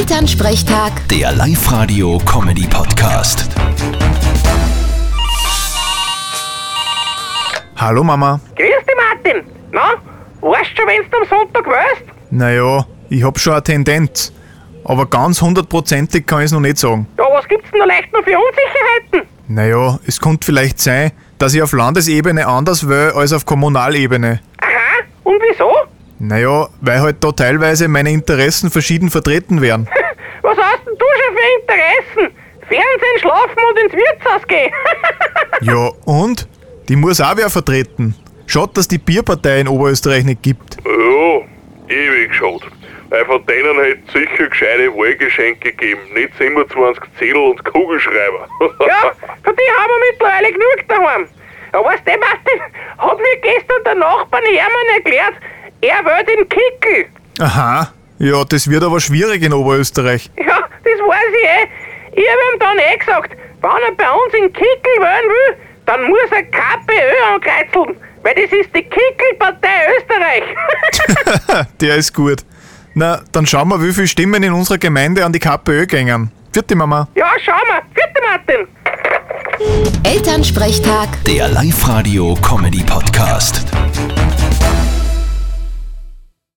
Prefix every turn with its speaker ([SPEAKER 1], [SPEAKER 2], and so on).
[SPEAKER 1] Elternsprechtag,
[SPEAKER 2] Der Live-Radio-Comedy-Podcast.
[SPEAKER 3] Hallo Mama.
[SPEAKER 4] Grüß dich, Martin. Na, weißt schon, wenn's du am Sonntag willst?
[SPEAKER 3] Naja, ich hab schon eine Tendenz. Aber ganz hundertprozentig kann ich es noch nicht sagen.
[SPEAKER 4] Ja, was gibt's denn da leicht noch für Unsicherheiten?
[SPEAKER 3] Naja, es könnte vielleicht sein, dass ich auf Landesebene anders will als auf Kommunalebene.
[SPEAKER 4] Aha, und wieso?
[SPEAKER 3] Naja, weil halt da teilweise meine Interessen verschieden vertreten werden.
[SPEAKER 4] Was hast denn du schon für Interessen? Fernsehen, schlafen und ins Wirtshaus gehen.
[SPEAKER 3] Ja, und? Die muss auch wer vertreten. Schaut, dass die Bierpartei in Oberösterreich nicht gibt.
[SPEAKER 5] Ja, ewig schade. Weil von denen hätte es sicher gescheite Wahlgeschenke gegeben, nicht 27 Zettel und Kugelschreiber.
[SPEAKER 4] ja, von die haben wir mittlerweile genug daheim. Ja, weißt du, Martin, hat mir gestern der Nachbar Hermann erklärt, er will den Kickel.
[SPEAKER 3] Aha. Ja, das wird aber schwierig in Oberösterreich.
[SPEAKER 4] Ja, das weiß ich eh. Ich hab ihm dann eh gesagt, wenn er bei uns in Kickel wählen will, dann muss er KPÖ ankreuzeln, weil das ist die Kickel-Partei Österreich.
[SPEAKER 3] Der ist gut. Na, dann schauen wir, wie viele Stimmen in unserer Gemeinde an die KPÖ gängen. Vierte Mama.
[SPEAKER 4] ja, schau mal. Vierte Martin.
[SPEAKER 1] Elternsprechtag.
[SPEAKER 2] Der Live-Radio-Comedy-Podcast.